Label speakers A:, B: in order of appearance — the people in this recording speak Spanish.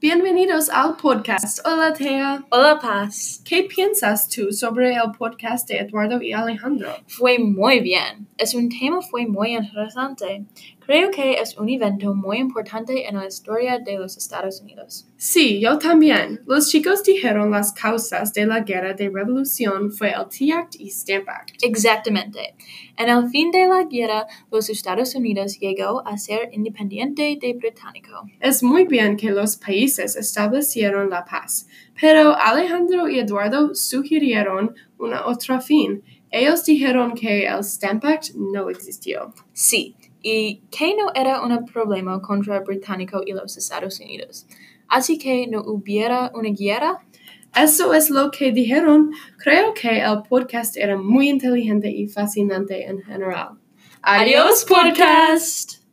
A: Bienvenidos al podcast. Hola, Thea.
B: Hola Paz,
A: ¿Qué piensas tú sobre el podcast de Eduardo y Alejandro?
B: fue muy bien. Es un tema fue muy interesante. Creo que es un evento muy importante en la historia de los Estados Unidos.
A: Sí, yo también. Los chicos dijeron las causas de la guerra de revolución fue el Tea Act y Stamp Act.
B: Exactamente. En el fin de la guerra, los Estados Unidos llegó a ser independiente de Británico.
A: Es muy bien que los países establecieron la paz, pero Alejandro y Eduardo sugirieron una otra fin. Ellos dijeron que el Stamp Act no existió.
B: Sí, y que no era un problema contra Británico y los Estados Unidos. Así que no hubiera una guerra
A: Eso es lo que dijeron. Creo que el podcast era muy inteligente y fascinante en general.
B: Adiós, podcast.